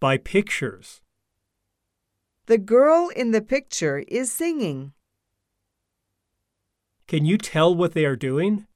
by pictures. The girl in the picture is singing. Can you tell what they are doing?